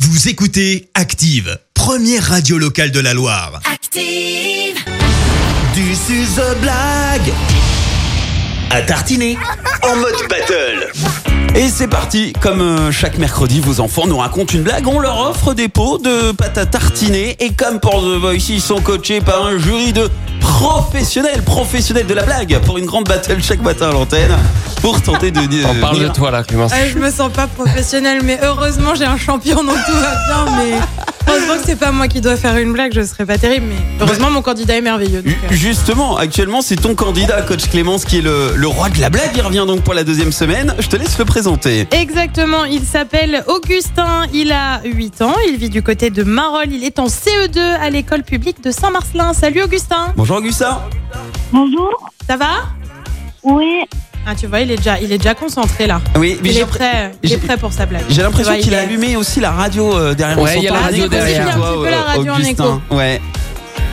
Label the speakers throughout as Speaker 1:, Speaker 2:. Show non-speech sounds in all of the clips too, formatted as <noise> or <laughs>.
Speaker 1: Vous écoutez Active, première radio locale de la Loire.
Speaker 2: Active.
Speaker 3: Du suze blague à tartiner en mode battle. Et c'est parti, comme euh, chaque mercredi, vos enfants nous racontent une blague, on leur offre des pots de pâte à tartiner et comme pour The Voice, ils sont coachés par un jury de professionnels, professionnels de la blague pour une grande battle chaque matin à l'antenne pour tenter de...
Speaker 4: On parle de toi là, Clémence.
Speaker 5: Ouais, je me sens pas professionnelle, mais heureusement j'ai un champion donc tout va bien. Mais heureusement que c'est pas moi qui dois faire une blague, je serais pas terrible. Mais heureusement mon candidat est merveilleux. donc, euh,
Speaker 3: Justement, actuellement, c'est ton candidat, coach Clémence, qui est le, le roi de la blague. Il revient donc pour la deuxième semaine. Je te laisse le présenter.
Speaker 5: Exactement, il s'appelle Augustin, il a 8 ans, il vit du côté de Marolles, il est en CE2 à l'école publique de Saint-Marcelin. Salut Augustin,
Speaker 3: Bonjour Augustin.
Speaker 6: Bonjour.
Speaker 5: ça va
Speaker 6: Oui.
Speaker 5: ah, Tu vois, il est déjà, il est déjà concentré là.
Speaker 3: Oui, mais
Speaker 5: Il
Speaker 3: j'ai-
Speaker 5: est prêt, il est
Speaker 3: j'ai-
Speaker 5: prêt pour sa blague.
Speaker 3: j'ai l'impression
Speaker 5: Tu vois,
Speaker 3: qu'il
Speaker 5: il
Speaker 3: a
Speaker 5: est-
Speaker 3: allumé aussi la radio euh, derrière.
Speaker 4: Ouais, il y a la
Speaker 3: s'entend
Speaker 4: radio
Speaker 3: avec toi,
Speaker 4: derrière.
Speaker 5: Il y a un petit peu la radio en
Speaker 3: Augustin. Ouais.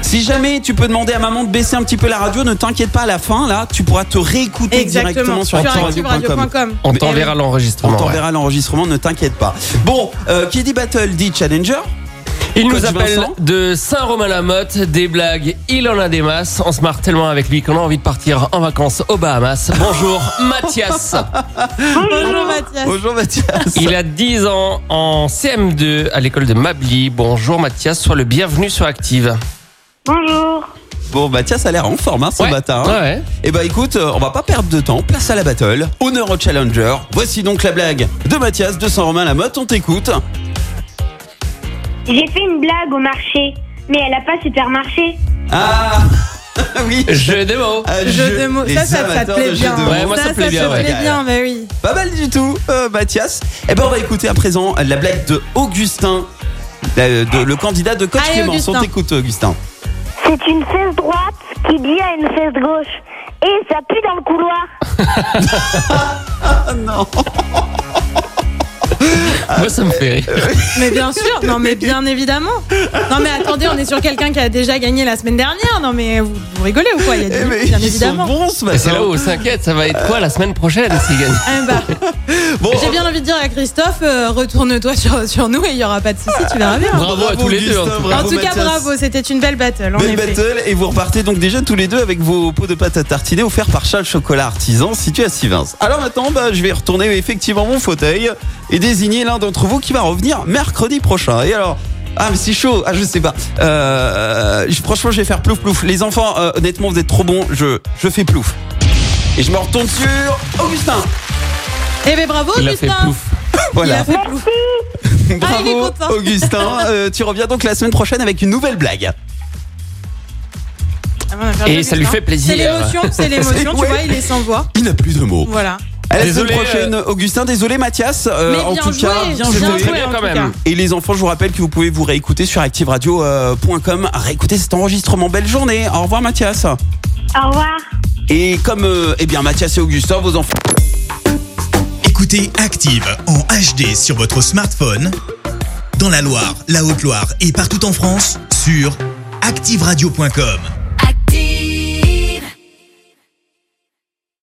Speaker 3: Si jamais tu peux demander à maman de baisser un petit peu la radio, ne t'inquiète pas, à la fin, là, tu pourras te réécouter
Speaker 5: Exactement,
Speaker 3: directement sur activeradio.com.
Speaker 5: activeradio.com.
Speaker 4: On
Speaker 3: Mais-
Speaker 4: t'enverra
Speaker 3: On
Speaker 4: l'enregistrement. ouais.
Speaker 3: t'enverra l'enregistrement, ne t'inquiète pas. Bon, euh, qui dit battle dit challenger.
Speaker 4: Il nous
Speaker 3: Coach
Speaker 4: appelle
Speaker 3: Vincent.
Speaker 4: de Saint-Romain-la-Motte, des blagues, il en a des masses. On se marre tellement avec lui qu'on a envie de partir en vacances aux Bahamas.
Speaker 3: <laughs>
Speaker 4: Bonjour Mathias,
Speaker 5: Bonjour Mathias.
Speaker 3: Bonjour
Speaker 5: <laughs>
Speaker 3: Mathias.
Speaker 4: il a 10 ans en CM2 à l'école de Mably. Bonjour Mathias, sois le bienvenu sur Active.
Speaker 6: Bonjour.
Speaker 3: Bon, Mathias a l'air en forme hein, ce
Speaker 4: Ouais.
Speaker 3: matin.
Speaker 4: Ouais, ouais.
Speaker 3: Eh bah écoute, euh, on va pas perdre de temps, place à la battle, honneur au challenger. Voici donc la blague de Mathias de Saint-Romain Lamotte, on t'écoute.
Speaker 6: J'ai fait une blague au marché, mais elle a pas supermarché.
Speaker 3: Ah <laughs> oui
Speaker 4: Jeu de mots.
Speaker 3: Ah,
Speaker 5: Jeu de mots.
Speaker 3: les
Speaker 5: Ça, ça, ça te
Speaker 3: amateurs
Speaker 5: plaît
Speaker 3: de jeux de
Speaker 5: bien.
Speaker 3: mots.
Speaker 5: hein.
Speaker 4: Ouais, moi, ça me plaît bien,
Speaker 5: te
Speaker 4: ouais.
Speaker 5: plaît bien, bah oui.
Speaker 3: Pas mal du tout, euh, Mathias. Eh ben on va écouter à présent la blague de Augustin, la- euh, de- le candidat de Coach
Speaker 5: Allez,
Speaker 3: Clémence. On
Speaker 5: Augustin.
Speaker 3: t'écoute, Augustin.
Speaker 6: C'est une fesse droite qui dit à une fesse gauche. Et ça pue dans le couloir.
Speaker 3: Ah non euh,
Speaker 4: Moi ça me fait rire.
Speaker 5: Mais bien sûr, non mais bien évidemment. Non mais attendez, on est sur quelqu'un qui a déjà gagné la semaine dernière. Non mais vous, vous rigolez ou quoi Il y a
Speaker 3: Eh
Speaker 5: du
Speaker 3: mais
Speaker 5: bien
Speaker 3: ils
Speaker 5: évidemment.
Speaker 3: sont bons ce
Speaker 4: Et C'est
Speaker 3: matin.
Speaker 4: là où on s'inquiète, ça va être quoi la semaine prochaine s'il gagne
Speaker 5: Ah bah,
Speaker 3: Bon,
Speaker 5: J'ai bien envie de dire à Christophe, euh, retourne-toi sur, sur nous et il n'y aura pas de souci, tu verras bien.
Speaker 4: Bravo, à tous les deux.
Speaker 3: Augustin,
Speaker 4: en
Speaker 3: bravo,
Speaker 4: tout cas.
Speaker 5: en tout cas,
Speaker 3: Mathias.
Speaker 5: bravo, c'était une belle battle. En
Speaker 3: Belle
Speaker 5: effet.
Speaker 3: battle et vous repartez donc déjà tous les deux avec vos pots de pâte à tartiner offerts par Charles Chocolat Artisan situé à Sivins. Alors maintenant, bah, je vais retourner effectivement mon fauteuil et désigner l'un d'entre vous qui va revenir mercredi prochain. Et alors ah mais c'est chaud, ah je sais pas. Euh, je- franchement je vais faire plouf plouf. Les enfants, euh, honnêtement vous êtes trop bons, je, je fais plouf. Et je me retourne sur Augustin.
Speaker 5: Eh ben bravo,
Speaker 4: Il a fait
Speaker 5: Augustin.
Speaker 4: pouf.
Speaker 5: Il
Speaker 3: Voilà.
Speaker 5: a fait plouf. Ah, il est
Speaker 3: Bravo
Speaker 5: content.
Speaker 3: Augustin. Euh, tu reviens donc la semaine prochaine avec une nouvelle blague.
Speaker 5: Ah, on a perdu
Speaker 4: Et ça lui
Speaker 5: Augustin.
Speaker 4: fait
Speaker 5: C'est
Speaker 4: plaisir.
Speaker 5: l'émotion, c'est
Speaker 3: <laughs>
Speaker 5: l'émotion, tu
Speaker 3: Ouais.
Speaker 5: vois, il est sans voix.
Speaker 3: Il n'a plus de mots.
Speaker 5: Voilà.
Speaker 3: À la
Speaker 4: Désolé,
Speaker 3: semaine prochaine,
Speaker 4: euh,
Speaker 3: Augustin. Désolé, Mathias. Euh,
Speaker 5: Mais
Speaker 3: en
Speaker 5: bien
Speaker 3: tout
Speaker 5: joué,
Speaker 3: cas,
Speaker 5: bien
Speaker 3: joué.
Speaker 4: Très
Speaker 5: joué
Speaker 4: bien
Speaker 5: en
Speaker 4: quand
Speaker 5: tout
Speaker 4: même.
Speaker 5: cas.
Speaker 3: Et les enfants, je vous rappelle que vous pouvez vous réécouter sur euh, activeradio.com. Réécouter cet enregistrement. Belle journée. Au revoir, Mathias.
Speaker 6: Au revoir.
Speaker 3: Et comme, euh, eh bien, Mathias et Augustin, vos enfants.
Speaker 1: Écoutez Active en HD sur votre smartphone, dans la Loire, la Haute-Loire et partout en France, sur activeradio.com.